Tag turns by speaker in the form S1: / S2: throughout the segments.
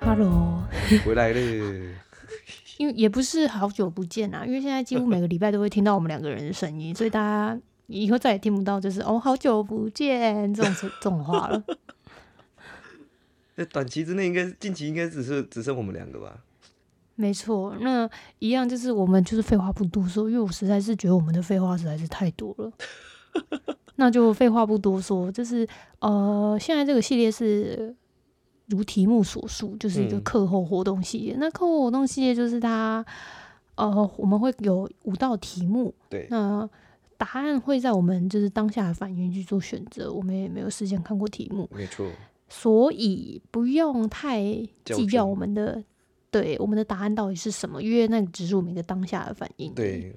S1: Hello，
S2: 回来了，
S1: 因为也不是好久不见啊，因为现在几乎每个礼拜都会听到我们两个人的声音，所以大家以后再也听不到就是“哦，好久不见”这种 这种话了。
S2: 那短期之内应该近期应该只是只剩我们两个吧？
S1: 没错，那一样就是我们就是废话不多说，因为我实在是觉得我们的废话实在是太多了。那就废话不多说，就是呃，现在这个系列是如题目所述，就是一个
S2: 嗯
S1: 课后活动系列。那课后活动系列就是它呃，我们会有五道题目，
S2: 对，
S1: 那答案会在我们就是当下的反应去做选择，我们也没有事先看过题目，
S2: 没错，
S1: 嗯所以不用太
S2: 较
S1: 计较
S2: 真
S1: 我们的对我们的答案到底是什么，因为那个只是我们一个当下的反应。，
S2: 对。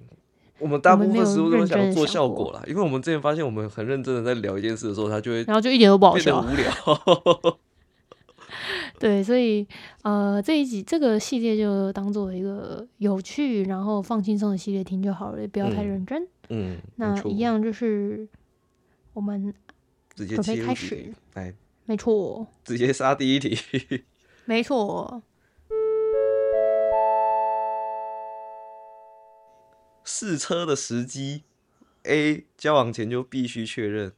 S2: 我们大
S1: 我们
S2: 部
S1: 没
S2: 分
S1: 有
S2: 时候都
S1: 认
S2: 想要
S1: 真地
S2: 做
S1: 想
S2: 效
S1: 过
S2: 果啦，因为我们之前发现我们很认真的在聊一件事的时候，它就会
S1: 然后就一点都不好
S2: 变得
S1: 笑。
S2: 无聊。
S1: 对，所以呃，这一集这个系列就当做一个有趣，然后放轻松的系列听就好了，也不要太
S2: 嗯
S1: 认真。
S2: 嗯，没
S1: 那
S2: 错
S1: 一，样就是我们
S2: 直接
S1: 准备
S2: 切入
S1: 开
S2: 主题
S1: 始，
S2: 来，
S1: 没错，
S2: 直接杀第一题。
S1: 没错，
S2: 试车的时机：A. 交往前就必须确认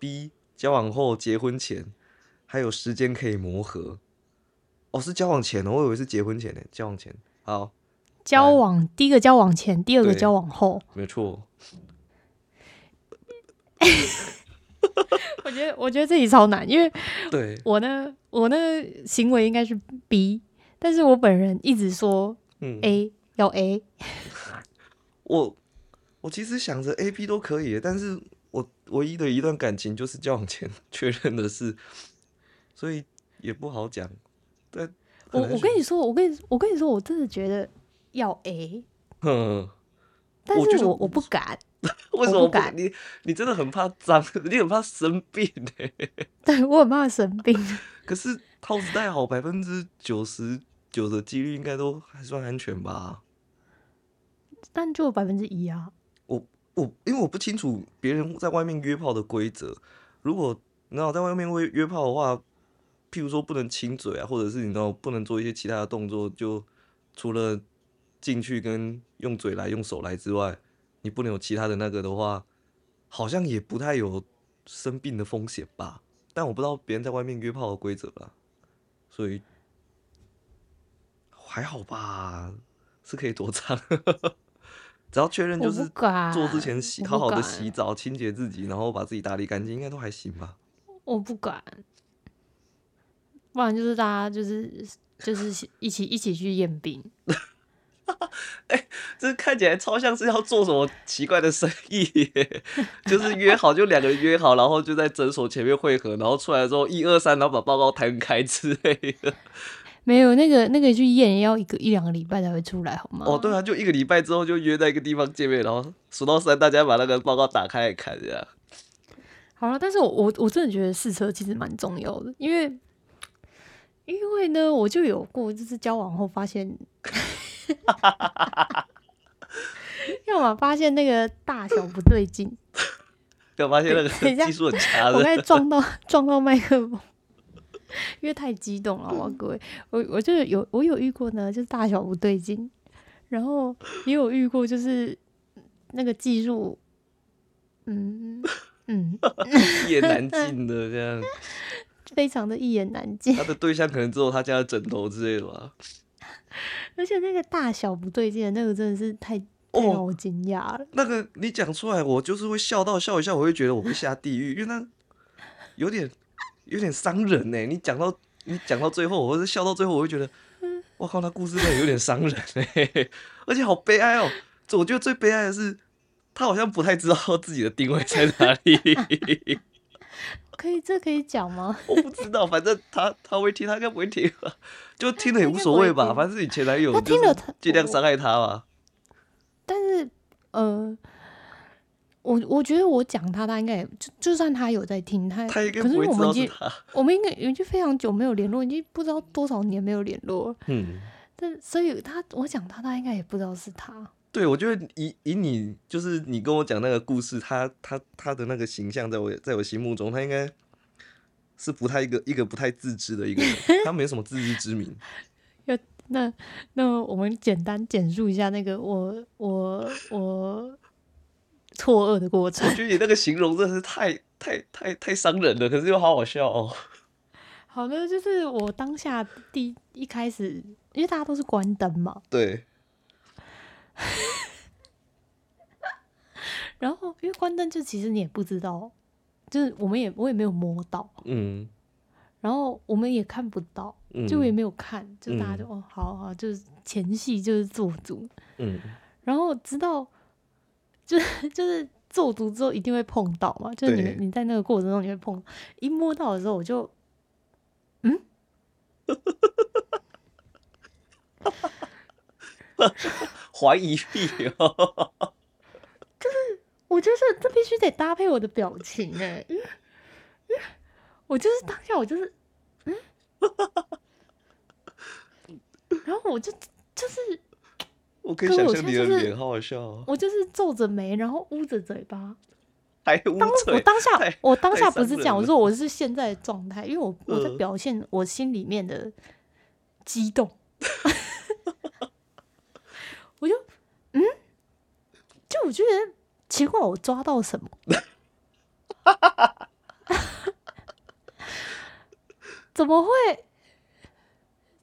S2: ；B. 交往后结婚前还有时间可以磨合。哦，是交往前哦，我以为是结婚前呢。交往前，好，
S1: 交往第一个交往前，第二个
S2: 对
S1: 交往后。
S2: 没错，
S1: 我觉得我觉得这题超难，因为
S2: 对，
S1: 我呢，我呢行为应该是 B，但是我本人一直说
S2: 嗯，
S1: A 要 A，
S2: 我我其实想着 A、B 都可以，但是我唯一的一段感情就是交往前 确认的事，所以也不好讲。但
S1: 我
S2: 很难
S1: 我
S2: 选
S1: 跟你说，我跟你我跟你说，我真的觉得要 A，
S2: 哼，
S1: 但
S2: 我觉
S1: 是
S2: 得
S1: 我我不敢，
S2: 为什
S1: 我
S2: 么
S1: 不敢
S2: 你你真的很怕脏， 你很怕生病哎、
S1: 对我很怕生病。
S2: 可是套子戴好，百分之九十九的几率应该都还算安全吧？
S1: 但就百分之一啊，
S2: 我因为我不清楚别人在外面约炮的规则，如果你知道在外面约约炮的话，譬如说不能亲嘴啊，或者是你知道不能做一些其他的动作，就除了进去跟用嘴来、用手来之外，你不能有其他的那个的话，好像也不太有生病的风险吧？但我不知道别人在外面约炮的规则啦，所以还好吧，是可以躲藏。 只要确认就
S1: 我
S2: 是
S1: 不敢
S2: 做之前洗
S1: 啊我不
S2: 好好的
S1: 敢
S2: 洗澡，清洁自己，然后把自己打理干净，应该都还行吧？
S1: 我不敢，不然就是大家就是就是一起一起去验 病。
S2: 这看起来超像是要做什么奇怪的生意 耶，就是约好就两个人约好，然后就在诊所前面汇合，然后出来之后一二三，然后把报告摊开之类 的。
S1: 没有那个那个去验要一个一两个礼拜才会出来，好吗？
S2: 哦，对啊，就一个礼拜之后就约在一个地方见面，然后数到三，大家把那个报告打开来看，这样。
S1: 好了，但是我我我真的觉得试车其实蛮重要的，因为因为呢，我就有过就是交往后发现，要么发现那个大小不对劲，
S2: 就发现那
S1: 等一
S2: 个
S1: 下
S2: 技术很差
S1: 我
S2: 的，
S1: 刚才撞到撞到麦克风，因为太激动了，哇各位，我我就有我有遇过呢，就是大小不对劲，然后也有遇过就是那个技术，嗯嗯，
S2: 一言难尽的这样。
S1: 非常的一言难尽，
S2: 他的对象可能只有他家的枕头之类的吧。
S1: 而且那个大小不对劲的那个真的是太太
S2: 哦
S1: 让我惊讶了，
S2: 那个你讲出来，我就是会笑到笑一下，我会觉得我会下地狱，因为那有点有点伤人呢、你讲到你讲到最后，我是笑到最后，我会觉得，我靠，那故事真的有点伤人呢、而且好悲哀哦、这我觉得最悲哀的是，他好像不太知道自己的定位在哪里。
S1: 可以这可以讲吗？
S2: 我不知道，反正他他会听，他应该不会听吧，就听了也无所谓吧，反正是你前男友，
S1: 他听了
S2: 就是
S1: 他
S2: 尽量
S1: 我
S2: 伤害他吧。
S1: 但是呃。我我觉得我讲他，他应该也就就算他有在听，他
S2: 他应该
S1: 可是
S2: 不会
S1: 我
S2: 知
S1: 们已
S2: 道是
S1: 经
S2: 他。
S1: 我们应该已经非常久没有联络，已经不知道多少年没有联络了。
S2: 嗯。
S1: 但所以他，我想他，他应该也不知道是他。
S2: 对，我觉得以以你就是你跟我讲那个故事，他他他的那个形象，在我在我心目中，他应该是不太一个一个不太自知的一个人，他没什么自知之明。
S1: 那那我们简单简述一下那个我我我错愕的过程
S2: 我。觉得你那个形容真的是太太太太伤人了，可是又好好笑哦。
S1: 好的，就是我当下第一开始，因为大家都是关灯嘛，
S2: 对，
S1: 然后因为关灯就其实你也不知道，就是我们也我也没有摸到，
S2: 嗯
S1: 然后我们也看不到，
S2: 嗯，
S1: 就我也没有看，就大家就、
S2: 嗯
S1: 哦好好，就是前戏就是做足，
S2: 嗯
S1: 然后直到就是就是做足之后一定会碰到嘛，就是你
S2: 对
S1: 你在那个过程中你会碰，一摸到的时候我就
S2: 怀疑屁哦，
S1: 我就是这必须得搭配我的表情哎、因为因为我就是当下我就是嗯，然后我就就是
S2: 我可以
S1: 可是
S2: 想
S1: 我
S2: 象
S1: 现
S2: 你
S1: 在
S2: 的
S1: 就是
S2: 脸，好好笑哦，
S1: 我就是皱着眉，然后捂着嘴巴。
S2: 还捂
S1: 当我
S2: 嘴，
S1: 当下
S2: 太
S1: 我当下
S2: 太
S1: 不是
S2: 伤
S1: 这样，
S2: 人
S1: 我
S2: 了
S1: 说我是现在的状态，因为我我在
S2: 嗯
S1: 表现我心里面的激动，我就嗯，就我觉得奇怪，我抓到什么？怎么会？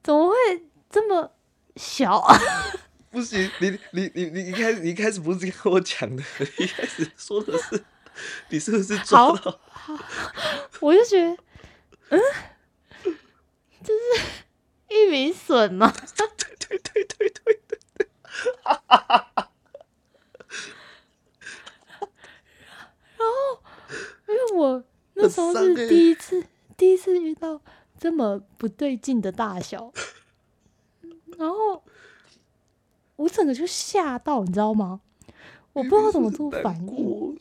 S1: 怎么会这么小？
S2: 不行，你你你你一开始你一开始不是这样跟我讲的， 一开始说的是你是不是抓
S1: 好
S2: 到？
S1: 我就觉得，嗯，这是玉米笋吗？
S2: 对对对对对，
S1: 因为我那时候
S2: 很伤欸
S1: 是第一次，第一次遇到这么不对劲的大小，然后我整个就吓到，你知道吗？我不知道怎么做反
S2: 难
S1: 应，
S2: 过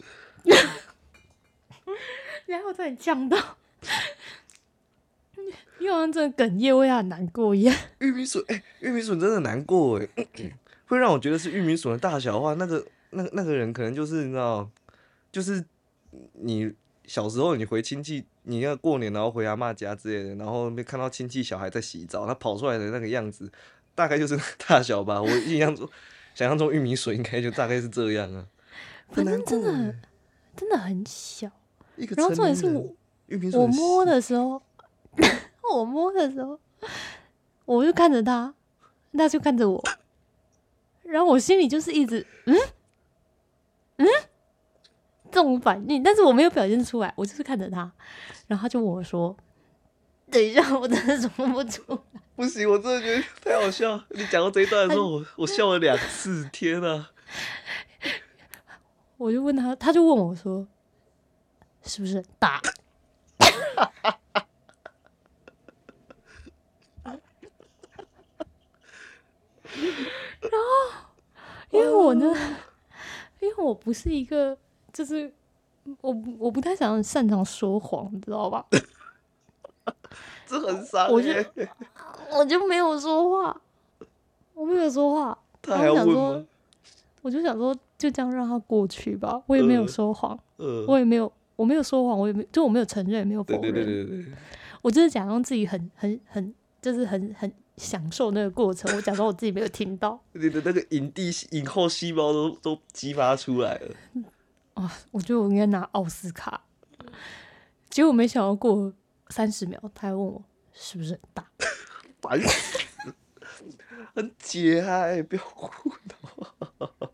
S1: 然后我差点呛到，因为好像真的哽咽，我也很难过一样。
S2: 玉米笋，哎、玉米笋真的难过哎、 会让我觉得是玉米笋的大小的话，那个那那个人可能就是你知道，就是你小时候你回亲戚，你要过年然后回阿嬷家之类的，然后没看到亲戚小孩在洗澡，他跑出来的那个样子，大概就是那个大小吧。我印象中，想象中玉米笋应该就大概是这样啊，很
S1: 反
S2: 难
S1: 正
S2: 过
S1: 真
S2: 哎、
S1: 的真的很小，
S2: 一个
S1: 然后
S2: 成
S1: 重点
S2: 年
S1: 是我
S2: 人，。玉米笋
S1: 我
S2: 很
S1: 摸
S2: 细
S1: 的时候， 我摸的时候，我就看着他，他就看着我，然后我心里就是一直嗯嗯这种反应，但是我没有表现出来，我就是看着他，然后他就问我说：“ 等一下，我真的说不出。
S2: 不行，我真的觉得太好笑。你讲到这一段的时候，我我笑了两次，天啊！”
S1: 我就问他，他就问我说：“是不是很大？”因为我呢，因为我不是一个，就是我不我不太想擅长说谎，你知道吧？
S2: 这很伤、欸。
S1: 我就我就没有说话，我没有说话，
S2: 他还要问吗？
S1: 我就想说就这样让他过去吧，我也没有
S2: 嗯
S1: 说谎，
S2: 呃，
S1: 我也没有我没有说谎，我也没就我没有承认，也没有否
S2: 对
S1: 认，
S2: 对对对对，对
S1: 我就是假装自己很很很就是很很享受那个过程，我假装我自己没有听到。
S2: 你的那个影帝影后细胞都都激发出来了。
S1: 啊，我觉得我应该拿奥斯卡。结果没想到过三十秒，他还问我是不是很大，
S2: 烦死了，很解嗨，不要哭了。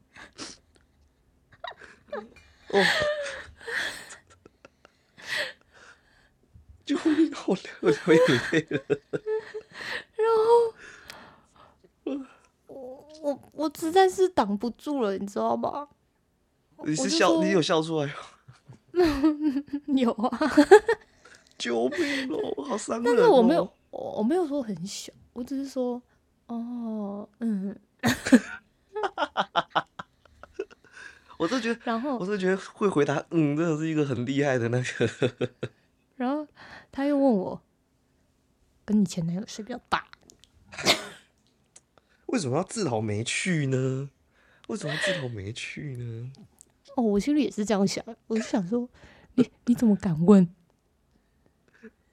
S2: 哦， 救命！我流 我流眼泪了。
S1: 我我我实在是挡不住了，你知道吗？
S2: 你
S1: 我就
S2: 是笑，
S1: 说
S2: 你有笑出来吗？
S1: 有啊，
S2: 救命哦，好伤人、
S1: 但
S2: 哦。
S1: 是我没有，我我没有说很小，我只是说，哦，嗯，
S2: 我真的觉得，
S1: 然后
S2: 我真的觉得会回答嗯，真的是一个很厉害的那个。
S1: 然后他又问我，跟你前男友谁比较大？
S2: 为什么要自讨没趣呢？为什么要自讨没趣呢？
S1: 哦，我心里也是这样想，我就想说，你你怎么敢问？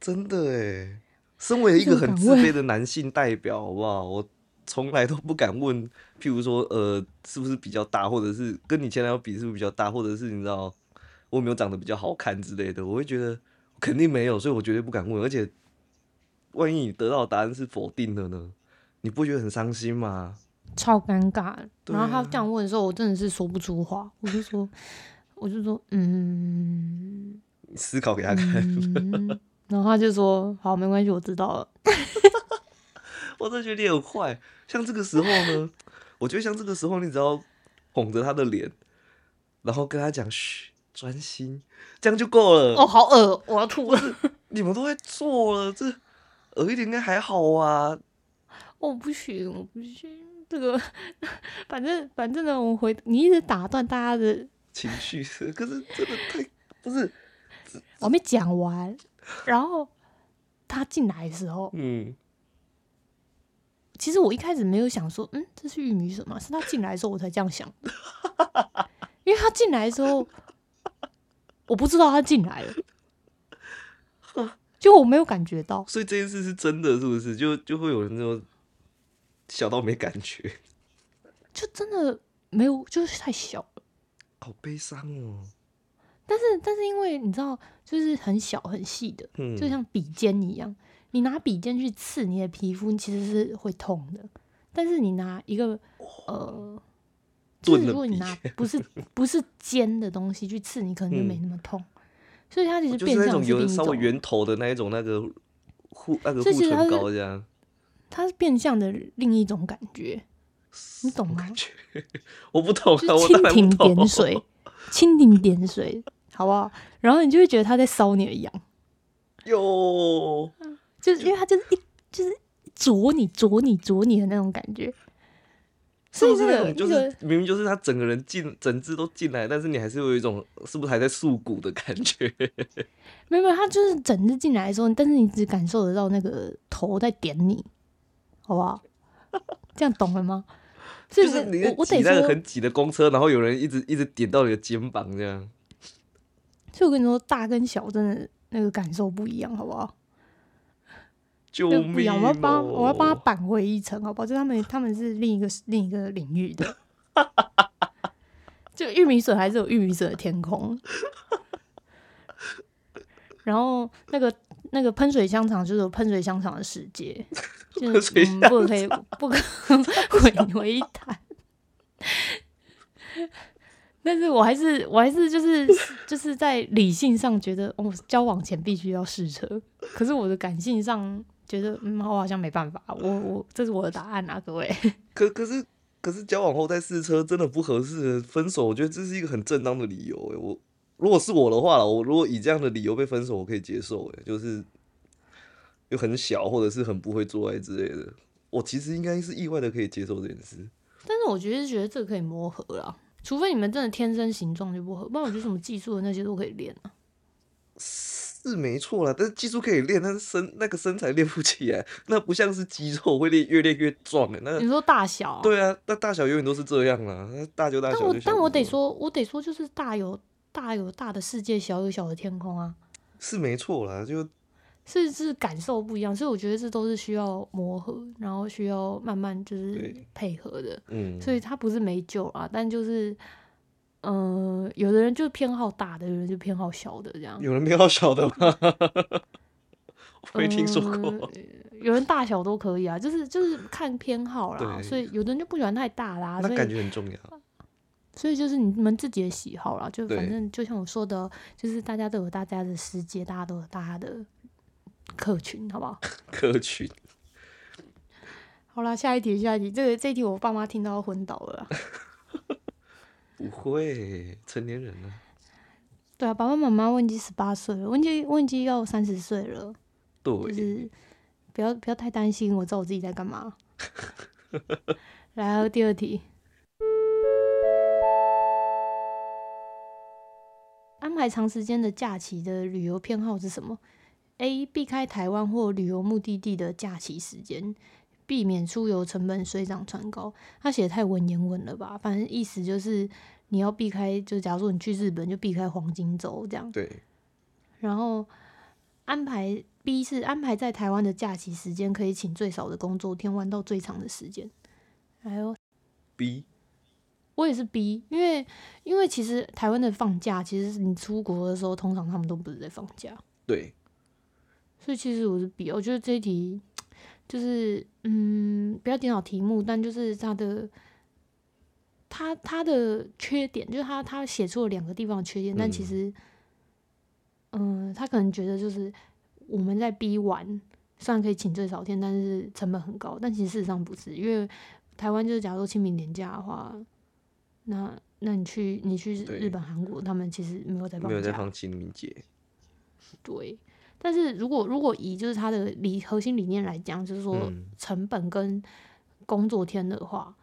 S2: 真的哎，身为一个很自卑的男性代表，好不好？我从来都不敢问，譬如说，呃，是不是比较大，或者是跟你前男友比是不是比较大，或者是你知道我有没有长得比较好看之类的，我会觉得肯定没有，所以我绝对不敢问。而且，万一你得到的答案是否定的呢？你不会觉得很伤心吗？
S1: 超尴尬。
S2: 对
S1: 然后他
S2: 啊
S1: 这样问的时候，我真的是说不出话，我就说，我就说，嗯，
S2: 你思考给他看，
S1: 嗯然后他就说，好，没关系，我知道了。
S2: 我真的觉得你很坏。像这个时候呢，我觉得像这个时候，你只要哄着他的脸，然后跟他讲嘘，专心，这样就够了。
S1: 哦，好恶，我要吐了。
S2: 你们都在做了，这耳一点应该还好啊。
S1: 我哦不行，我不行。这个， 反正反正呢，我们回你一直打断大家的，
S2: 情绪，可是真的太不是，
S1: 我还没讲完。然后他进来的时候，
S2: 嗯，
S1: 其实我一开始没有想说，嗯，这是玉米笋吗？是他进来的时候我才这样想的， 因为他进来的时候，我不知道他进来了，就我没有感觉到。
S2: 所以这件事是真的，是不是？就就会有人说小到没感觉，
S1: 就真的没有，就是太小了。
S2: 好悲伤哦。
S1: 但是，但是因为你知道，就是很小很细的，
S2: 嗯，
S1: 就像笔尖一样，你拿笔尖去刺你的皮肤，其实是会痛的。但是你拿一个呃，就
S2: 钝
S1: 是
S2: 的
S1: 如果你
S2: 笔
S1: 拿不 是不是尖的东西去刺，你可能就没那么痛。所以它其实
S2: 嗯哦就是
S1: 变
S2: 那
S1: 相
S2: 种
S1: 是
S2: 有
S1: 另
S2: 人
S1: 一
S2: 稍微
S1: 种，
S2: 圆头的那一种那个护那个
S1: 所
S2: 护
S1: 以其实它
S2: 唇
S1: 是
S2: 膏这样。
S1: 它是变相的另一种感觉，你懂吗？
S2: 我不懂啊，
S1: 就
S2: 我
S1: 是
S2: 当
S1: 蜻
S2: 然不
S1: 蜓
S2: 懂。
S1: 点水，蜻蜓点水，好不好？然后你就会觉得它在搔你的痒，
S2: 哟，
S1: 就是因为它就是一就是啄你、啄你、啄你的那种感觉。
S2: 是
S1: 所以
S2: 不是
S1: 那
S2: 那
S1: 个
S2: 种就
S1: 那
S2: 是明明就是他整个人进整只都进来，但是你还是会有一种是不是还在束骨的感 觉？
S1: 没有，没有，它就是整只进来的时候，但是你只感受得到那个头在点你，好不 好？这样懂了吗？所以
S2: 就是你
S1: 我
S2: 在
S1: 我
S2: 挤
S1: 得
S2: 那个
S1: 说，
S2: 很挤的公车，然后有人一直一直点到你的肩膀这样。
S1: 所以我跟你说，大跟小真的那个感受不一样，好不好？
S2: 救
S1: 那个不一
S2: 命、
S1: 样，
S2: 哦！
S1: 我要帮我要帮他扳回一城，好不好？就他们他们是另一个另一个领域 的，就玉米笋还是有玉米笋的天空，然后那个那个喷水香肠就是有喷水香肠的世 界，就是
S2: 喷水
S1: 我们不可以不可以 混为一谈。但是我还是我还是就是就是在理性上觉得，哦，交往前必须要试车。可是我的感性上觉得，嗯，我好像没办法，我我这是我的答案啊，各位。
S2: 可可是可是交往后再试车真的不合适，分手我觉得这是一个很正当的理由、欸。我如果是我的话啦，我如果以这样的理由被分手，我可以接受、欸。就是又很小或者是很不会做爱之类的，我其实应该是意外的可以接受这件事。
S1: 但是我觉得觉得这个可以磨合啦，除非你们真的天生形状就不合，不然我觉得什么技术的那些都可以练啊。
S2: 是没错啦，但是技术可以练，但是身那个身材练不起来，那不像是肌肉会练越练越壮的、那
S1: 你说大小啊、
S2: 对啊，那大小永远都是这样啦，那大就大
S1: 但
S2: 小
S1: 我
S2: 就小。
S1: 但我得，说，我得说，就是大有大有大的世界，小有小的天空啊，
S2: 是没错啦，就是
S1: 是感受不一样，所以我觉得这都是需要磨合，然后需要慢慢就是
S2: 对
S1: 配合的。
S2: 嗯，
S1: 所以他不是没救啊，但就是，嗯，有的人就偏好大的，有人就偏好小的，这样。呃
S2: 有人没有小的吗？ 我没听说过。
S1: 呃有人大小都可以啊，就是就是看偏好啦。
S2: 对
S1: 所以有的人就不喜欢太大啦，
S2: 那
S1: 所
S2: 感
S1: 以
S2: 觉很重要。
S1: 所以就是你们自己的喜好啦，就
S2: 对
S1: 反正就像我说的，就是大家都有大家的世界，大家都有大家的客群，好不 好？
S2: 客群，
S1: 好啦，下一题，下一题，这个这一题我爸妈听到要昏倒了啊。
S2: 不会，成年人了、
S1: 对啊，爸爸妈妈问已十八岁了，问已问已经要三十岁了。就
S2: 对，
S1: 是不要不要太担心，我知道我自己在干嘛。然后第二题，安排长时间的假期的旅游偏好是什么？A. 避开台湾或旅游目的地的假期时间，避免出游成本水涨船高。他写的太文言文了吧？反正意思就是你要避开，就假如说你去日本，就避开黄金周这样。
S2: 对，
S1: 然后安排 B 是安排在台湾的假期时间，可以请最少的工作天玩到最长的时间。还有
S2: B
S1: 我也是 B，因为因为其实台湾的放假，其实你出国的时候，通常他们都不是在放假，
S2: 对，
S1: 所以其实我是 B。我觉得这一题就是嗯，不要检讨题目，但就是它的它它的缺点，就是它它写出了两个地方的缺点，但其
S2: 嗯
S1: 实嗯，他可能觉得就是我们在 B 玩，虽然可以请最少天，但是成本很高，但其实事实上不是，因为台湾就是假如说清明年假的话，那那你去你去
S2: 对
S1: 日本、韩国，他们其实没有在放
S2: 没有在
S1: 假，
S2: 放清明节，
S1: 对，但是如果如果以就是它的理核心理念来讲，就是说
S2: 嗯
S1: 成本跟工作天的话，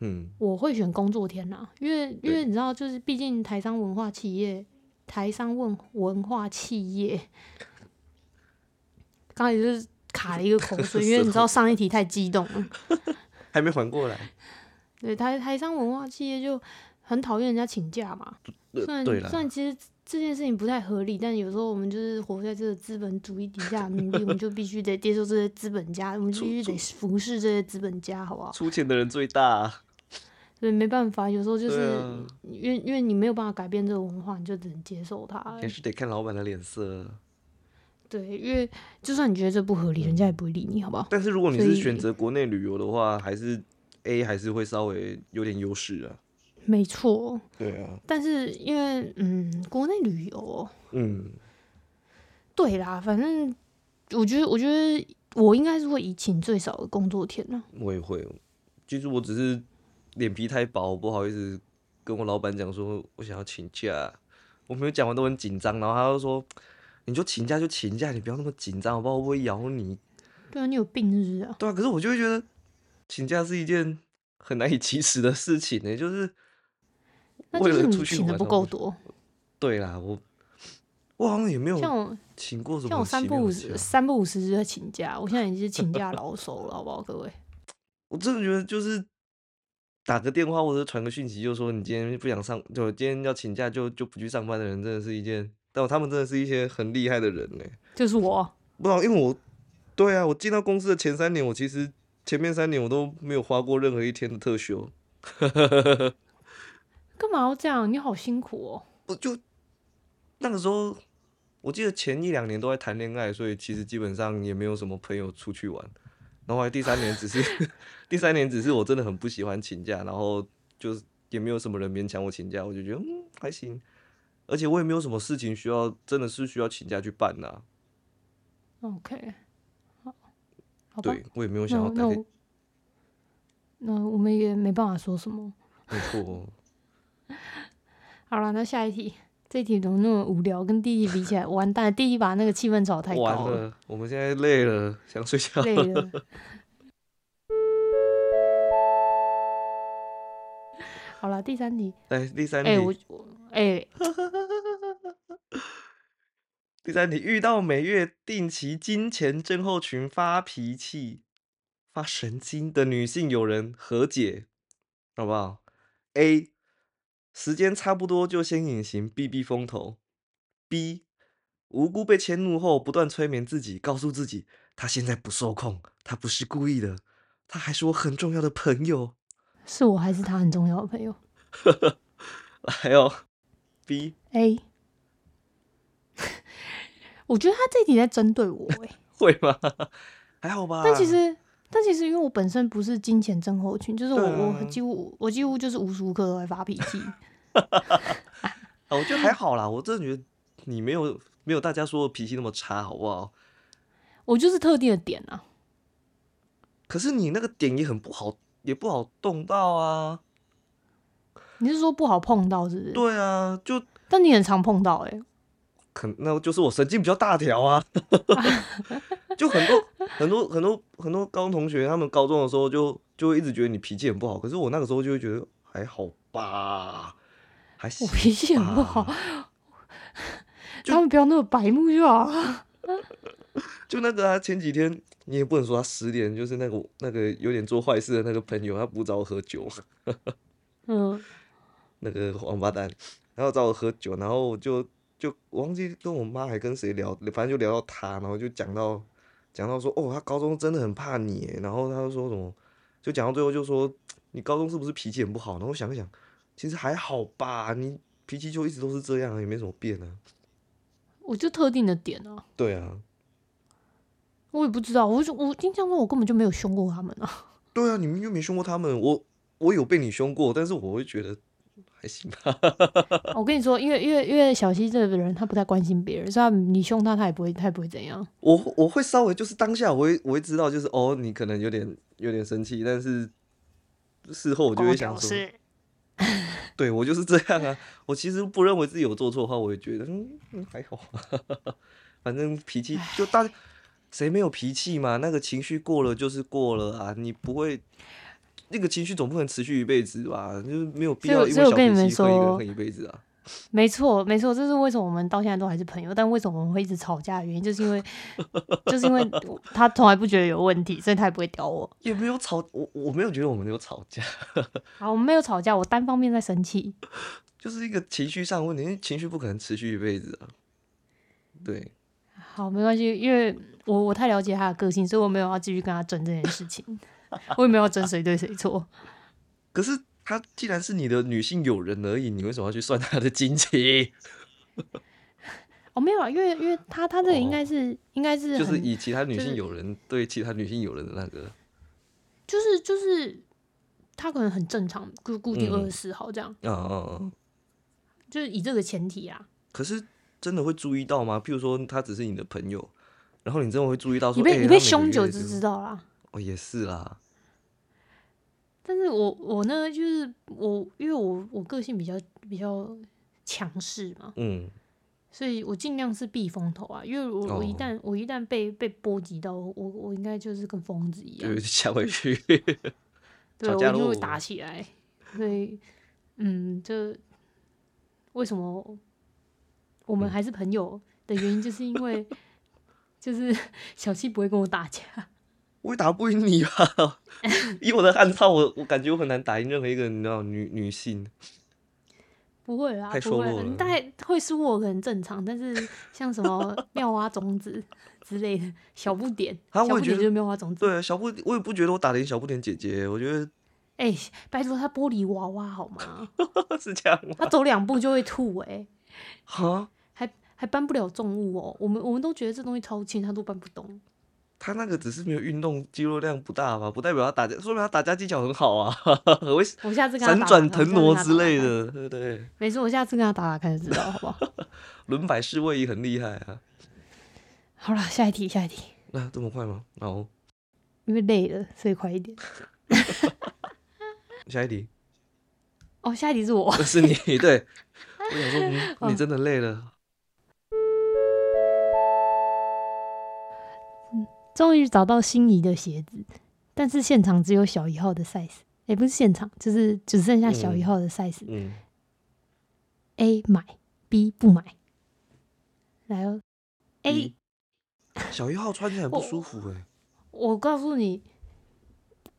S2: 嗯，
S1: 我会选工作天啦，因为因为
S2: 对
S1: 你知道，就是毕竟台商文化企业，台商文文化企业，刚才就是卡了一个口水，因为你知 道上一题太激动了。
S2: 还没缓 过来，
S1: 对台台商文化企业就很讨厌人家请假嘛，
S2: 呃
S1: 虽然
S2: 对啦
S1: 虽然其实这件事情不太合理，但有时候我们就是活在这个资本主义底下的奴隶，我们就必须得接受这些资本家，我们就
S2: 出
S1: 必须得服侍这些资本家，好不好？
S2: 出钱的人最大，
S1: 所以没办法，有时候就是、
S2: 对啊
S1: 因为因为你没有办法改变这个文化，你就只能接受它
S2: 也。是得看老板的脸色。
S1: 对，因为就算你觉得这不合理，人家也不会理你，好不好？
S2: 但是如果你
S1: 所以
S2: 是选择国内旅游的话，还是 A 还是会稍微有点优势啊。
S1: 没错，
S2: 对啊，
S1: 但是因为嗯，国内旅游哦、
S2: 嗯，
S1: 对啦，反正我觉得，我觉得我应该是会以请最少的工作天啦。
S2: 我也会。其实我只是脸皮太薄，不好意思跟我老板讲说我想要请假。我朋友讲完都很紧张，然后他就说：“你就请假就请假，你不要那么紧张，好不好？会不会咬你
S1: 对啊，你有病是不是啊？
S2: 对啊，可是我就会觉得请假是一件很难以启齿的事情呢、就是
S1: 那
S2: 为
S1: 就是
S2: 了
S1: 你
S2: 出去
S1: 请的
S2: 玩
S1: 不
S2: 然
S1: 够
S2: 后
S1: 多。
S2: 对啦，我我好像也没有
S1: 像我，
S2: 请过什么
S1: 像我三
S2: 奇
S1: 不
S2: 妙
S1: 五
S2: 的啊
S1: 十，
S2: 假
S1: 三不五十就在请假。我现在已经是请假老手了，好不好，各位？
S2: 我真的觉得就是打个电话或者传个讯息，就说你今天不想上，就今天要请假就就不去上班的人，真的是一件，但他们真的是一些很厉害的人呢、
S1: 就是我，啊
S2: 不知道，因为我对啊，我进到公司的前三年，我其实前面三年我都没有花过任何一天的特休，
S1: 干嘛要这样？你好辛苦哦。
S2: 我就那个时候，我记得前一两年都在谈恋爱，所以其实基本上也没有什么朋友出去玩。然后后来第三年只是 第三年只是我真的很不喜欢请假，然后就是也没有什么人勉强我请假，我就觉得嗯还行，而且我也没有什么事情需要真的是需要请假去办呐、
S1: OK，好，好吧。
S2: 对我也没有想
S1: 那
S2: 要
S1: 我那
S2: 待在
S1: 我那我们也没办法说什么。
S2: 没错哦，
S1: 好了，那下一题，这一题怎么那么无聊？跟第一题比起来，完蛋了！第一把那个气氛炒太
S2: 完
S1: 高了，
S2: 了，我们现在累了，想睡觉
S1: 累
S2: 了。
S1: 了。 好了，第三题，
S2: 来第三题，
S1: 哎、我我哎、
S2: 第三题，遇到每月定期金钱症候群发脾气、发神经的女性友人和解，好不好？A，时间差不多就先隐形避避风头。B，无辜被迁怒后，不断催眠自己，告诉自己她现在不受控，她不是故意的，她还是我很重要的朋友。
S1: 是我还是他很重要的朋友
S2: 来哦，B，
S1: ？A，我觉得他这一题在针对我 哎、
S2: 会吗？还好吧。
S1: 但其实，但其实，因为我本身不是金钱症候群，就是我、
S2: 对啊
S1: 我几乎我几乎就是无时无刻都在发脾气。
S2: 啊，我觉得还好啦，我真的觉得你没有没有大家说的脾气那么差，好不好？
S1: 我就是特定的点啊，
S2: 可是你那个点也很不好，也不好动到啊。
S1: 你是说不好碰到是不是？
S2: 对啊，就
S1: 但你很常碰到哎、
S2: 可那就是我神经比较大条啊。 就很多很多很多很多高中同学，他们高中的时候就就会一直觉得你脾气很不好，可是我那个时候就会觉得还好吧，还行
S1: 我脾气很不好
S2: 吧，
S1: 他们不要那么白目就好了。
S2: 就那个啊，前几天你也不能说他失恋，就是那个那个有点做坏事的那个朋友，他不找我喝酒。
S1: 嗯，
S2: 那个王八蛋，然后找我喝酒，然后我就就我忘记跟我妈还跟谁聊，反正就聊到他，然后就讲到讲到说，哦，他高中真的很怕你耶，然后他就说什么，就讲到最后就说你高中是不是脾气很不好？然后我想一想，其实还好吧，你脾气就一直都是这样啊，也没什么变啊。
S1: 我就特定的点啊，
S2: 对啊，
S1: 我也不知道，我就我印象中我根本就没有凶过他们啊。
S2: 对啊，你们又没凶过他们，我我有被你凶过，但是我会觉得还行吧。
S1: 我跟你说，因为因为因为小溪这个人他不太关心别人，所以他你凶他他也不会他也不会怎样。
S2: 我我会稍微就是当下我会我会知道就是哦，你可能有点有点生气，但是事后我
S1: 哦
S2: 就会想说，对我就是这样啊。我其实不认为自己有做错的话，我也觉得嗯嗯还好，啊 反正脾气就大家谁没有脾气嘛？那个情绪过了就是过了啊，你不会那个情绪总不能持续一辈子吧？就是没有必
S1: 所以
S2: 要
S1: 我
S2: 因
S1: 所以我
S2: 为小脾
S1: 跟你们
S2: 气恨一个人
S1: 说
S2: 恨一辈子啊。
S1: 没错，没错，这是为什么我们到现在都还是朋友，但为什么我们会一直吵架的原因，就是 因为就是因为他从来不觉得有问题，所以他也不会屌我。
S2: 也没有吵，我我没有觉得我们有吵架，
S1: 好，我们没有吵架，我单方面在生气。
S2: 就是一个情绪上的问题，因为情绪不可能持续一辈子啊。对，
S1: 好，没关系，因为我我太了解他的个性，所以我没有要继续跟他争这件事 情，我也没有要争谁对谁错。
S2: 可是她既然是你的女性友人而已，你为什么要去算她的经期？
S1: 哦，没有啊，因为因为他他这个应该是、应该是
S2: 就
S1: 很
S2: 是以其他女
S1: 就是
S2: 性友人对其他女性友人的那个，
S1: 就是就是他可能很正常，就固定二
S2: 嗯
S1: 十四号这样，
S2: 嗯嗯嗯。
S1: 就是以这个前提啊。
S2: 可是真的会注意到吗？譬如说，她只是你的朋友，然后你真的会注意到
S1: 你
S2: 说，
S1: 被、
S2: 欸
S1: 你被
S2: 她每个
S1: 凶
S2: 月
S1: 久
S2: 就
S1: 就是知道啦。
S2: 哦，也是啦，
S1: 但是我我呢，就是我因为我我个性比较比较强势嘛，
S2: 嗯，
S1: 所以我尽量是避风头啊。因为我、我一
S2: 哦
S1: 旦我一旦被被波及到，我我应该就是跟疯子一样
S2: 就， 下回去，
S1: 对
S2: 吵
S1: 我
S2: 架
S1: 就会
S2: 喽
S1: 打起来。所以，嗯，就为什么我
S2: 嗯
S1: 们还是朋友的原因，就是因 为就是小七不会跟我打架。
S2: 我也打不赢你吧？ 以我的汉操，我我感觉我很难打赢任何一个你知道女女性。
S1: 不会啦，
S2: 太
S1: 不会
S2: 瘦
S1: 啦，
S2: 弱了
S1: 你大概会输我可能正常，但是像什么妙蛙种子之类的小不点，小
S2: 啊我
S1: 不
S2: 也
S1: 点
S2: 觉得
S1: 就是妙蛙种子。
S2: 对，小布，我也不觉得我打得赢小不点姐姐，我觉得
S1: 哎、拜托他玻璃娃娃好吗？
S2: 是这样吗？
S1: 他走两步就会吐、哎，
S2: 哈，
S1: 还还搬不了重物哦、我们我们都觉得这东西超轻，他都搬不动。
S2: 他那个只是没有运动，肌肉量不大吧，不代表他打架，说明他打架技巧很好啊， 很会
S1: 我下次跟他
S2: 闪
S1: 打
S2: 转
S1: 打看
S2: 腾挪
S1: 我下
S2: 之，
S1: 次跟他打打
S2: 类
S1: 看
S2: 的，对不对？
S1: 没事，我下次跟他打打看就知道，好不 好？
S2: 轮摆式位移很厉害啊，
S1: 好了，下一题，下一题，
S2: 那、这么快吗？然后
S1: 因为累了，所以快一点。
S2: 下一题
S1: 哦，下一题是我，
S2: 这是你，对我想说、嗯，你真的累了，
S1: 终于找到心仪的鞋子，但是现场只有小一号的 size，也不是现场，就是只剩下小一号的 size、
S2: 嗯，
S1: A 买，B 不买。来哦，A，
S2: B 嗯小一号穿起来很不
S1: 我
S2: 舒服哎、
S1: 我告诉你，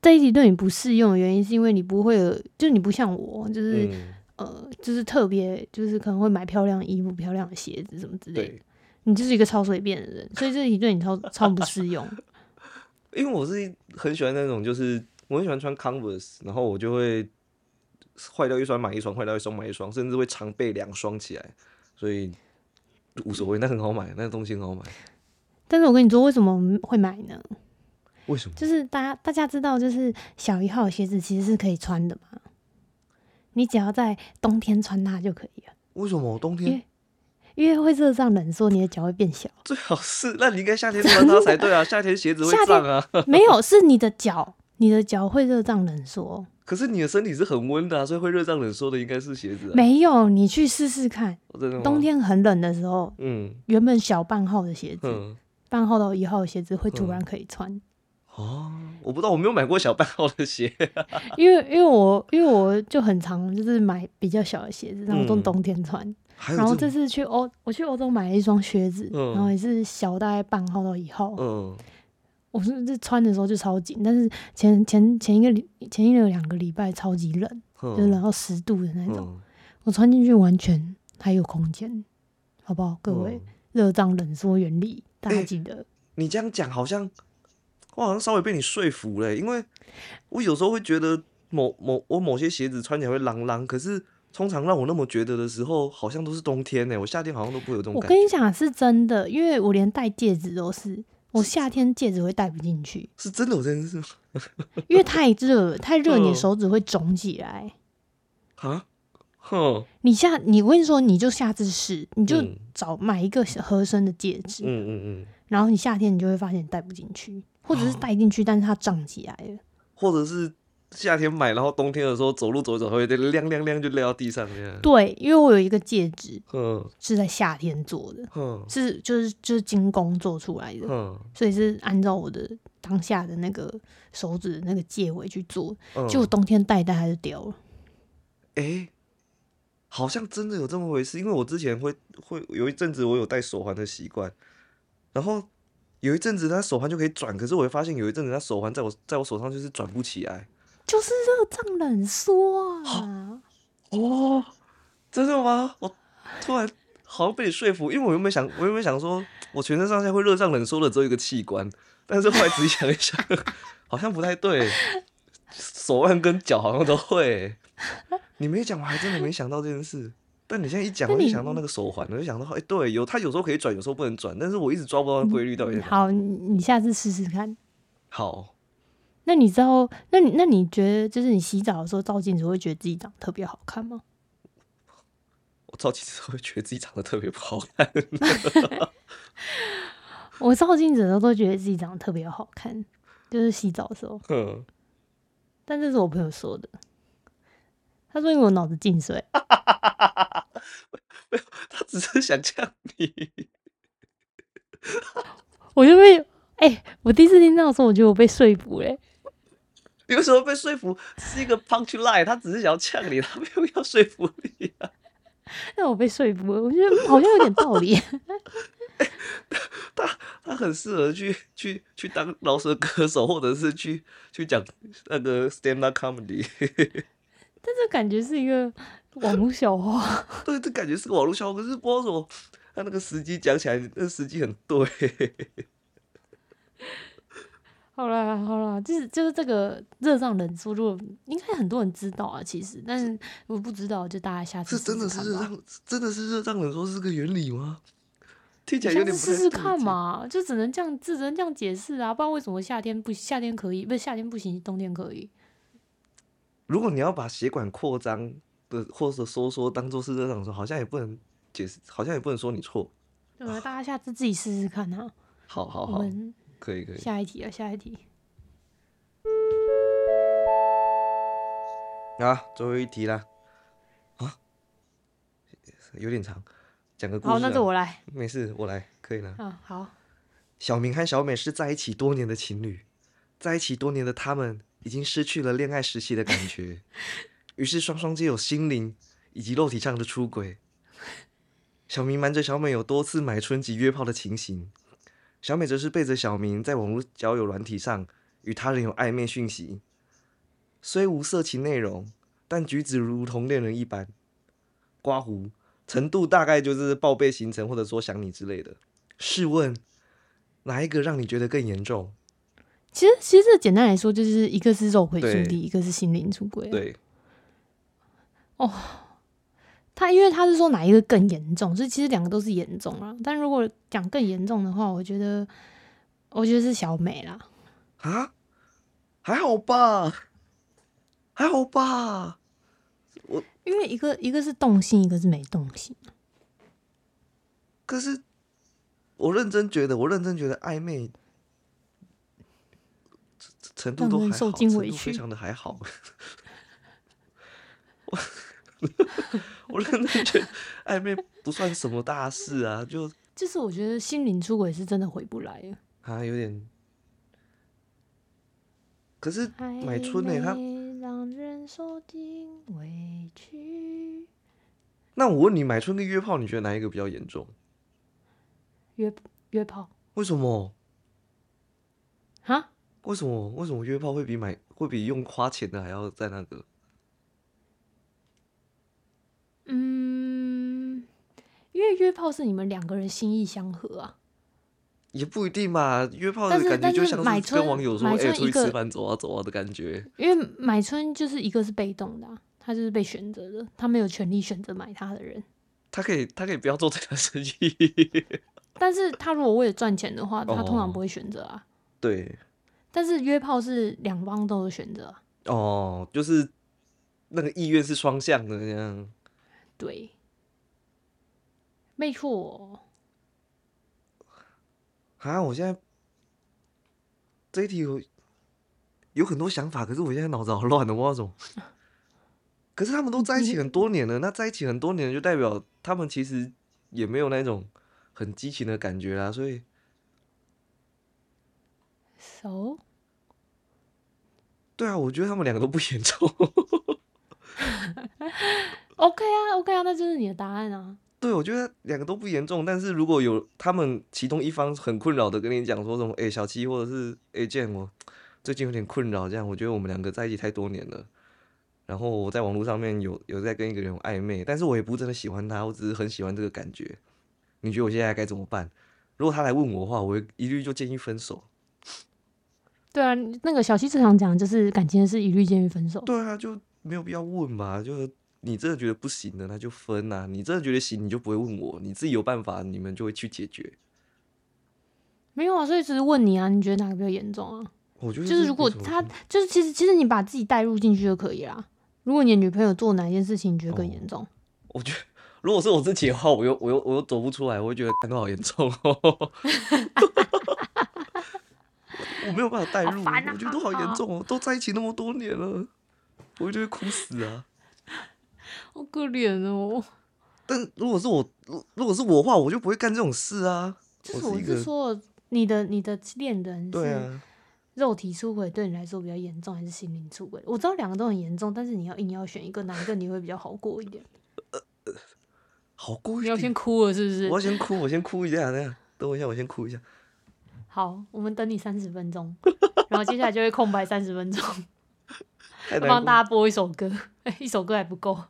S1: 这一题对你不适用的原因是因为你不会有，就是你不像我，就是、
S2: 嗯，
S1: 呃，就是特别，就是可能会买漂亮的衣服、漂亮的鞋子什么之类的
S2: 对。，
S1: 你就是一个超随便的人，所以这题对你超超不适用。
S2: 因为我是很喜欢那种，就是我很喜欢穿 Converse，然后我就会坏掉一双买一双，坏掉一双买一双，甚至会常备两双起来，所
S1: 嗯
S2: 以无所谓，那很好买，那东西很好买。
S1: 但是我跟你说，为什么我们会买呢？
S2: 为什么？
S1: 就是大家大家知道，就是小一号的鞋子其实是可以穿的嘛，你只要在冬天穿它就可以了，
S2: 为什么冬
S1: 因
S2: 天
S1: 为因为会热胀冷缩，你的脚会变 小。
S2: 最好是？那你应该夏天穿它才对啊，夏天鞋子
S1: 夏
S2: 会
S1: 天
S2: 胀啊。
S1: 没有，是你的脚，你的脚会热胀冷缩。
S2: 可是你的身体是很温的、啊，所以会热胀冷缩的应该是鞋子、啊。
S1: 没有，你去试试看，
S2: 哦真的吗？
S1: 冬， 天很冷的时候，
S2: 嗯
S1: 原本小半号的鞋子，
S2: 嗯，
S1: 半号到一号的鞋子会突然可以穿，
S2: 哦，我不知道，我没有买过小半号的鞋。
S1: 因为因为我因为我就很常就是买比较小的鞋子，然后都
S2: 嗯
S1: 冬天穿。
S2: 还有
S1: 然后
S2: 这
S1: 这
S2: 种，
S1: 次去欧，我去欧洲买了一双靴子，
S2: 嗯
S1: 然后也是小大概半号到一号。
S2: 嗯，
S1: 我是这穿的时候就超紧，但是前前前一个礼前一个两个礼拜超级冷，
S2: 嗯
S1: 就是冷到十度的那种。
S2: 嗯
S1: 我穿进去完全还有空间，好不好？各位
S2: 嗯，
S1: 热胀冷缩原理，大家
S2: 哎
S1: 记得。
S2: 你这样讲好像，我好像稍微被你说服了欸，因为我有时候会觉得某某我某些鞋子穿起来会啷啷，可是通常让我那么觉得的时候，好像都是冬天呢，欸我夏天好像都不会有这种
S1: 我
S2: 感觉。
S1: 跟你讲是真的，因为我连戴戒指都是，我夏天戒指会戴不进去，
S2: 是真的有这件事吗？
S1: 因 为太热，太热你
S2: 嗯
S1: 手指会肿起来。
S2: 啊？哼，
S1: 你下，你我跟你说，你就下次试，你就
S2: 嗯
S1: 找买一个合身的戒指，
S2: 嗯嗯嗯，
S1: 然后你夏天你就会发现戴不进去，或
S2: 哦
S1: 者是戴进去，但是它胀起来了。
S2: 或者是夏天买，然后冬天的时候走路走一走，还会亮亮亮就掉到地上这样。
S1: 对，因为我有一个戒指
S2: 哼
S1: 是在夏天做的，
S2: 哼
S1: 是就是就是精工做出来的，
S2: 哼，
S1: 所以是按照我的当下的那个手指的那个戒围去做，
S2: 嗯
S1: 结果冬天戴一戴它就掉了。
S2: 哎、好像真的有这么回事。因为我之前会会有一阵子我有戴手环的习惯，然后有一阵子它手环就可以转，可是我会发现有一阵子它手环在我在我手上就是转不起来。
S1: 就是热胀冷缩啊！
S2: 哦，真的吗？我突然好像被你说服，因为我原本想我原本想说我全身上下会热胀冷缩的只有一个器官，但是后来仔细想一想， 好像不太对，手腕跟脚好像都会。你没讲，我还真的没想到这件事。但你现在一讲，
S1: 那
S2: 我就
S1: 你
S2: 想到那个手环，我就想到，哎、对，有它有时候可以转，有时候不能转，但是我一直抓不到它规律到底在哪。
S1: 嗯好，你你下次试试看。
S2: 好，
S1: 那你知道，那你那你觉得，就是你洗澡的时候照镜子会觉得自己长得特别好看吗？
S2: 我照镜 子会觉得自己长得特别不好看。
S1: 我照镜子的时候都觉得自己长得特别好看，就是洗澡的时候。
S2: 嗯，
S1: 但这是我朋友说的，他说因为我脑子进水，
S2: 他只是想呛你。
S1: 我就被哎、我第一次听到的时候，我觉得我被说服嘞、欸
S2: 你为什么被说服？是一个 punch line，他只是想要呛你，他没有要说服你啊。
S1: 但 我被说服了，我觉得好像有点道理。
S2: 他很适合去去去当饶舌歌手，或者是去去讲那个 stand up comedy。
S1: 但这感觉是一个网络笑话，
S2: 对，这感觉是个网络笑话，可是不知道为什么他那个时机讲起来，那个时机很对。
S1: 好啦好啦，就是就是这个热胀冷缩，如果应该很多人知道啊，其实，但是我不知道，就大家下次
S2: 这
S1: 试
S2: 真的
S1: 试
S2: 是
S1: 看
S2: 热
S1: 吧。
S2: 胀，真的是热胀冷缩是个原理吗？听起来有
S1: 下
S2: 点
S1: 次
S2: 不太
S1: 试试
S2: 对
S1: 看
S2: 劲。
S1: 嘛，就只能这样，只能这样解释啊，不然为什么夏天不夏天可以，不是夏天不行，冬天可以？
S2: 如果你要把血管扩张的或者收缩当做是热胀冷缩，好像也不能解释，好像也不能说你错。
S1: 对啊，大家下次自己试试看啊。
S2: 好好
S1: 我
S2: 好，
S1: 们
S2: 可以可以。
S1: 下一题啊，下一题。
S2: 啊，最后一题啦，啊，有点长，讲个故事、啊。
S1: 好，那就我来
S2: 没事，我来，可以啦。
S1: 啊。好，
S2: 小明和小美是在一起多年的情侣，在一起多年的他们已经失去了恋爱时期的感觉， 于是双双皆有心灵以及肉体上的出轨。小明瞒着小美有多次买春及约炮的情形，小美则是背着小明在网络交友软体上与他人有暧昧讯息，虽无色情内容，但举止如同恋人一般。刮胡程度大概就是报备行程或者说想你之类的。试问，哪一个让你觉得更严重？
S1: 其实其实这简单来说，就是一个是肉魁
S2: 对
S1: 出力，一个是心灵出轨、啊。
S2: 对，
S1: 他因为他是说哪一个更严重，所以其实两个都是严重啦。但如果讲更严重的话，我觉得我觉得是小美啦。
S2: 啊，还好吧，还好吧。
S1: 因为一个一个是动性，一个是没动性。
S2: 可是我认真觉得，我认真觉得暧昧这这程度
S1: 让
S2: 都
S1: 人
S2: 还
S1: 受
S2: 好，
S1: 尽
S2: 程
S1: 委
S2: 度非
S1: 屈
S2: 常的还好。我我认真觉得暧昧不算什么大事啊，就
S1: 就是我觉得心灵出轨是真的回不来了。
S2: 啊有点。可是买春呢、他
S1: 让人受尽委屈。
S2: 那我问你，买春跟约炮，你觉得哪一个比较严重？
S1: 约约炮
S2: 为什么？
S1: 哈，
S2: 为什么？为什么约炮会比买会比用花钱的还要在那个？
S1: 嗯，因为为约炮是你们两个人心意相合啊。
S2: 也不一定吧，约炮
S1: 但
S2: 的
S1: 是
S2: 感觉
S1: 但
S2: 就是像
S1: 买
S2: 是跟
S1: 春
S2: 网友说，
S1: 买
S2: 哎、
S1: 春
S2: 出
S1: 一
S2: 去吃
S1: 个
S2: 饭走啊走啊的感觉。
S1: 因为买春就是一个是被动的啊、他就是被选择的，他没有权利选择买他的人。
S2: 他可以，他可以不要做这个 生意。
S1: 但是他如果为了赚钱的话，他通常
S2: 哦
S1: 不会选择啊。
S2: 对，
S1: 但是约炮是两方都有选择啊，
S2: 哦，就是那个意愿是双向的这样。
S1: 对，没错。
S2: 啊，我现在这一题有有很多想法，可是我现在脑子好乱的，我不知道怎么。可是他们都在一起很多年了，那在一起很多年就代表他们其实也没有那种很激情的感觉啦，所以
S1: So，
S2: 对啊，我觉得他们两个都不 严重。
S1: OK 啊，OK 啊，那就是你的答案啊。
S2: 对，我觉得两个都不严重，但是如果有他们其中一方很困扰的跟你讲说什么，哎、小七或者是哎、建我最近有点困扰，这样我觉得我们两个在一起太多年了，然后我在网络上面有有在跟一个人有暧昧，但是我也不是真的喜欢他，我只是很喜欢这个感觉。你觉得我现在该怎么办？如果他来问我的话，我会一律就建议分手。
S1: 对啊，你那个小七最常讲的就是感情是一律建议分手。
S2: 对啊，就没有必要问嘛，就你真的觉得不行的，那就分啊；你真的觉得行，你就不会问我，你自己有办法，你们就会去解决。
S1: 没有啊，所以只是问你啊，你觉得哪个比较严重啊？
S2: 我觉得
S1: 就
S2: 这
S1: 是
S2: 没
S1: 如果
S2: 什么
S1: 他
S2: 问题
S1: 就是其实其实你把自己带入进去就可以啦。如果你的女朋友做哪件事情你觉得更严重，
S2: 我觉得如果是我自己的话，我又我又我又走不出来，我会觉得感到好严重哦。 我没有办法代入，
S1: 好烦啊
S2: 我觉得都好严重哦，都在一起那么多年了，我就会哭死啊！
S1: 好可怜哦。
S2: 但如果是我，如如果是我的话，我就不会干这种事啊。
S1: 就是
S2: 我
S1: 我
S2: 一
S1: 是
S2: 个，
S1: 说，你的你的恋人
S2: 对
S1: 是
S2: 啊，
S1: 肉体出轨对你来说比较严重，还是心灵出轨？我知道两个都很严重，但是你要硬要选一个，哪一个你会比较好过一点？
S2: 好过一
S1: 你要先
S2: 点。
S1: 哭了是不
S2: 我要
S1: 是？
S2: 先哭，我先哭一下，等一下，等我一下，我先哭一下。
S1: 好，我们等你三十分钟， 然后接下来就会空白三十分钟，
S2: 太难
S1: 帮
S2: 过
S1: 大家播一首歌，哎一首歌还不够，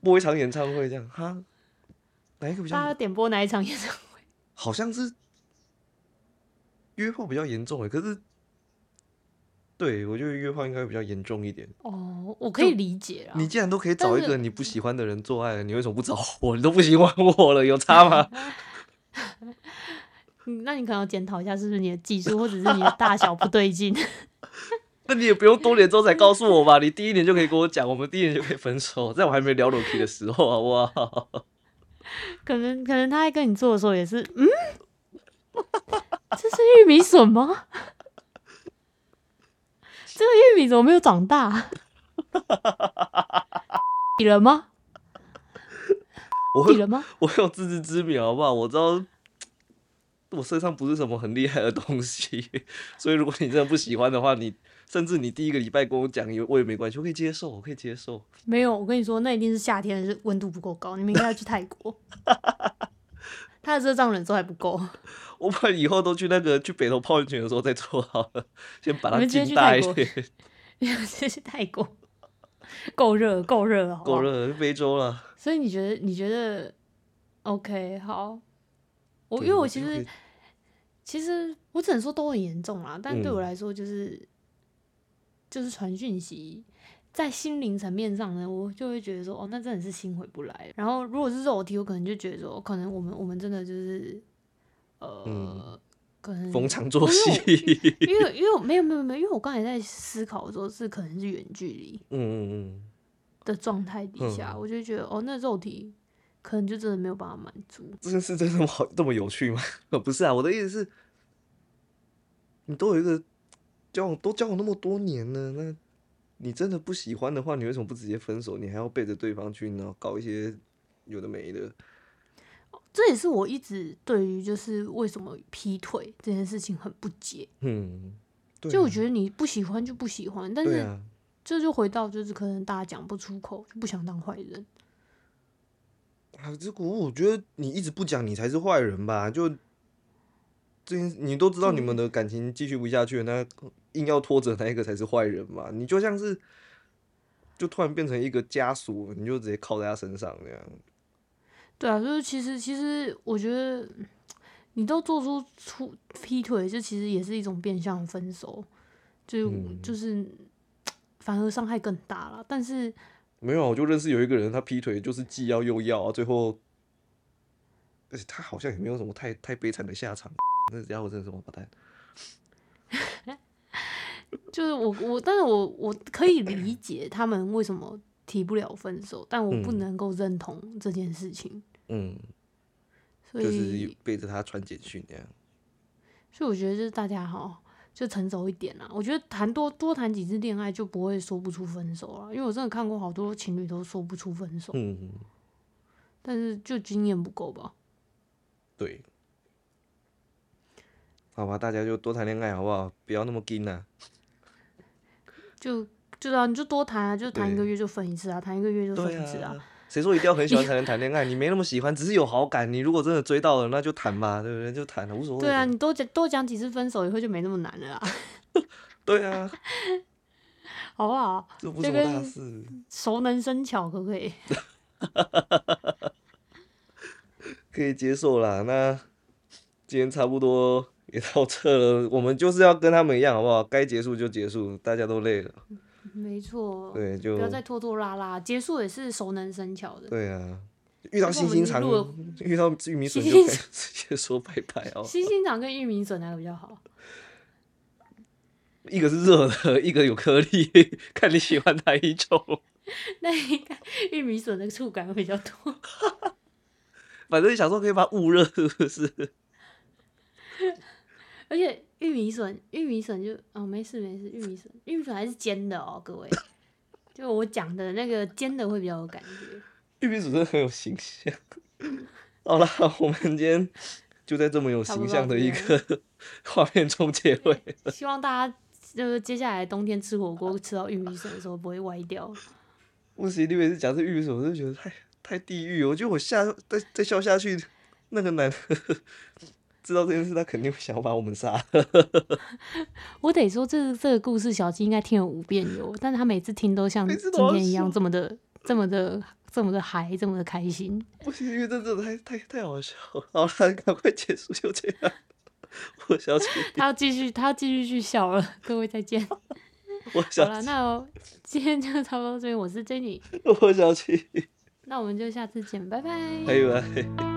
S2: 播一场演唱会这样哈？哪一个比较
S1: 大家点播哪一场演唱会？
S2: 好像是约炮比较严重诶，欸可是对我觉得约炮应该会比较严重一点。
S1: 哦，我可以理解啦。
S2: 你既然都可以找
S1: 但
S2: 一个
S1: 是嗯
S2: 你不喜欢的人做爱了，你为什么不找我？ 你都不喜欢我了，有差吗？
S1: 嗯那你可能要检讨一下，是不是你的技术或者是你的大小不对劲？
S2: 那你也不用多年之后才告诉我吧，你第一年就可以跟我讲，我们第一年就可以分手，在我还没聊裸体的时候，好不好？
S1: 可能可能他在跟你做的时候也是，嗯， 这是玉米笋吗？ 这个玉米怎么没有长大？ 你了吗？
S2: 我
S1: 你
S2: 会
S1: 了吗？
S2: 我有自知之明，好不好？我知道我身上不是什么很厉害的东西，所以如果你真的不喜欢的话，你甚至你第一个礼拜跟我讲，也我也没关系，我可以接受，我可以接受。
S1: 没有，我跟你说，那一定是夏天是温度不够高，你们应该要去泰国。 他的热胀冷缩还不 够，
S2: 我们以后都去那个去北头泡温泉的时候再做好了，先把
S1: 你
S2: 它
S1: 们直接
S2: 浸
S1: 去
S2: 大
S1: 泰
S2: 一
S1: 国
S2: 点，
S1: 你们先去泰国，够热了，够热了，好不好
S2: 够。热了，非洲了。
S1: 所以你觉得？你觉得？OK，好。我因
S2: 对
S1: 为我
S2: 觉
S1: 其
S2: 得
S1: 实嗯
S2: 嗯可以
S1: 其实我只能说都很严重啦，但对我
S2: 嗯
S1: 来说就是、就是传讯息，在心灵层面上呢，我就会觉得说，哦，那真的是心回不来。然后如果是肉体，我可能就觉得说，可能我们我们真的就是呃，
S2: 嗯
S1: 可能
S2: 逢场作
S1: 因为我
S2: 戏，
S1: 因为因为我没有没有没有，因为我刚才在思考说是可能是远距离
S2: 嗯嗯嗯，
S1: 的状态底下，
S2: 嗯
S1: 我就觉得哦，那肉体可能就真的没有办法满足。
S2: 这件事真的这么好这么有趣吗？ 不是啊，我的意思是，你都有一个交往都交往那么多年了，那你真的不喜欢的话，你为什么不直接分手？你还要背着对方去呢，搞一些有的没的？
S1: 这也是我一直对于就是为什么劈腿这件事情很不解。
S2: 嗯，对啊、
S1: 就我觉得你不喜欢就不喜欢，但
S2: 对
S1: 是
S2: 啊，
S1: 这就回到就是可能大家讲不出口，就不想当坏人。
S2: 啊，这个我觉得你一直不讲，你才是坏人吧？就这件，你都知道你们的感情继续不下去，那硬要拖着那一个才是坏人嘛？你就像是，就突然变成一个枷锁，你就直接靠在他身上那样。
S1: 对啊，就是其实其实我觉得你都做出出劈腿，这其实也是一种变相分手，就、
S2: 嗯
S1: 就是反而伤害更大了。但是
S2: 没有啊，我就认识有一个人，他劈腿就是既要又要啊，最后，而且他好像也没有什么太太悲惨的下场。那家伙真的是王八蛋。
S1: 就是我我，但是我我可以 理解他们为什么提不了分手，但我不
S2: 嗯
S1: 能够认同这件事情，
S2: 嗯，
S1: 所以、
S2: 就是背着他传简讯那样。
S1: 所以我觉得就是大家哈，就成熟一点啦。我觉得谈多多谈几次恋爱就不会说不出分手了，因为我真的看过好多情侣都说不出分手，
S2: 嗯，
S1: 但是就经验不够吧。
S2: 对。好吧，大家就多谈恋爱好不好？不要那么硬啊。
S1: 就就啊，你就多谈啊，就谈一个
S2: 对
S1: 月就分一次啊，谈一个月就分
S2: 对
S1: 一次啊。
S2: 啊，谁说一定要很喜欢才能谈恋爱？你没那么喜欢，只是有好感。你如果真的追到了，那就谈吧，对不对？就谈了，无所谓。
S1: 对啊，，你多讲多讲几次分手以后就没那么难了啦，
S2: 对啊，
S1: 好不好？
S2: 这不是什
S1: 这
S2: 么
S1: 跟
S2: 大事。
S1: 熟能生巧，可不可以？
S2: 可以接受啦。那今天差不多也到这了，我们就是要跟他们一样，好不好？该结束就结束，大家都累了，
S1: 没错，
S2: 对，就
S1: 不要再拖拖拉拉，结束也是熟能生巧的。
S2: 对啊。遇到星星肠
S1: 如果我，
S2: 遇到玉米笋
S1: 星
S2: 就可以
S1: 星
S2: 直接说拜拜哦。
S1: 星星长跟玉米笋哪个比较好？
S2: 一个是热的， 一个有颗粒，看你喜欢哪一种。
S1: 那应该玉米笋的触感会比较多。
S2: 反正想说可以把它捂热，是不是？
S1: 而且玉米笋，玉米笋就哦，没事没事，玉米笋，玉米笋还是煎的哦，各位。 就我讲的那个煎的会比较有感觉。
S2: 玉米笋真的很有形象。好啦，我们今天就在这么有
S1: 差不多
S2: 形象
S1: 到
S2: 的
S1: 这
S2: 一
S1: 样
S2: 个画面中结尾。
S1: 希望大家就是接下来冬天吃火锅吃到玉米笋的时候不会歪掉。
S2: 不行，你每次讲这玉米笋，我就觉得太太地狱了。我觉得我下再再笑下去，那个男的 知道这件事，他肯定会想要把我们杀了。
S1: 我得说这这个故事小鸡应该听了五遍有，但是他每次听都像
S2: 每
S1: 今
S2: 次都好
S1: 天一样
S2: 笑
S1: 这么的这么的这么的嗨，这么的开 心。
S2: 不行，因为这真的太太太好笑了。好了，赶快结束就这样。 我小七，
S1: 他要继续他要继续去笑了，各位再见。
S2: 我
S1: 好
S2: 小
S1: 了，
S2: 七，
S1: 那我今天就差 不多到这边，我是 Jenny，
S2: 我小七，
S1: 那我们就下次见，拜拜。
S2: 拜拜。